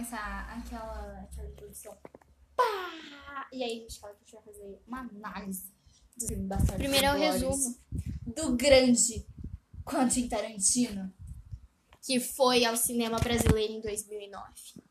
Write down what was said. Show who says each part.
Speaker 1: começar aquela, aquela introdução. Pá! Ah, E aí a gente fala que a gente vai fazer uma análise do filme Bastardos
Speaker 2: Primeiro é o
Speaker 1: Inglórios,
Speaker 2: resumo.
Speaker 1: Do grande Quentin Tarantino.
Speaker 2: que foi ao cinema brasileiro em 2009.